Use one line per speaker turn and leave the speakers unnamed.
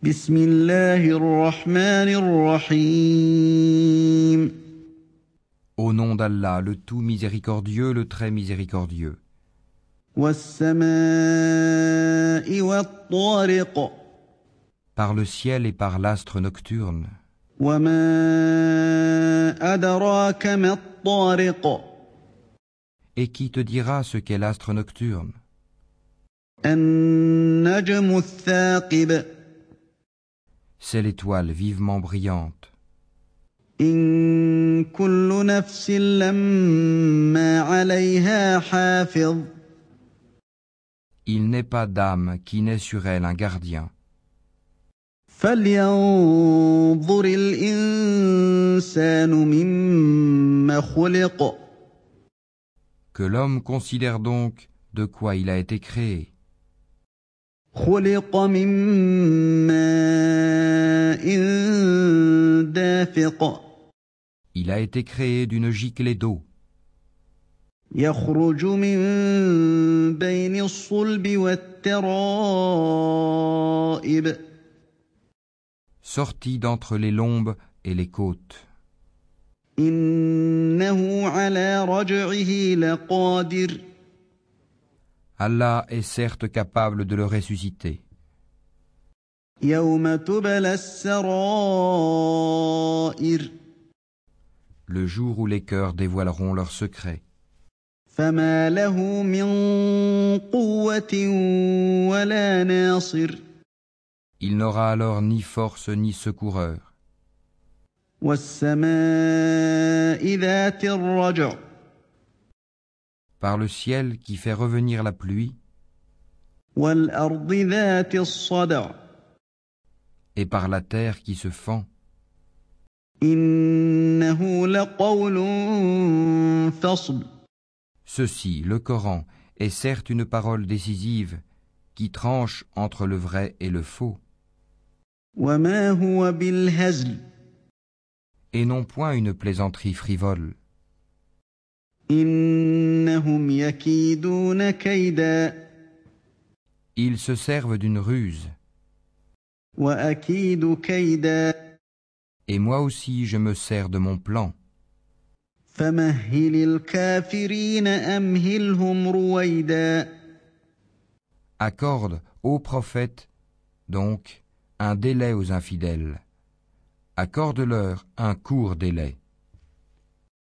بسم الله الرحمن الرحيم
Au nom d'Allah, le tout miséricordieux, le très miséricordieux.
والسماء والطارق
Par le ciel et par l'astre nocturne.
وما أدراك ما الطارق
Et qui te dira ce qu'est l'astre nocturne
النجم الثاقب
C'est l'étoile vivement brillante.
إن كل نفس لما عليها حافظ
Il n'est pas d'âme qui n'ait sur elle un gardien.
فلينظر الإنسان مما خلق
Que l'homme considère donc de quoi il a été créé.
خلق من ماء دافق
Il a été créé d'une giclée d'eau
يخرج من بين الصلب والترائب
sortie d'entre les lombes et les côtes.
إنه على رجعه لقادر
Allah est certes capable de le ressusciter.
يوم تبلى السرائر
Le jour où les cœurs dévoileront leurs secrets.
فما له من قوة ولا ناصر
Il n'aura alors ni force ni secoureur.
والسماء ذات الرجع
Par le ciel qui fait revenir la pluie,
والأرض ذات الصدع
et par la terre qui se fend,
إنه لقول فصل
ceci, le Coran, est certes une parole décisive, qui tranche entre le vrai et le faux,
وما هو بالهزل
et non point une plaisanterie frivole.
إنهم يكيدون كيدا
Ils se servent d'une ruse,
وأكيد كيدا
et moi aussi je me sers de mon plan.
فمهل الكافرين أمهلهم رويدا
Accorde, ô prophète, donc, un délai aux infidèles. Accorde-leur un court délai.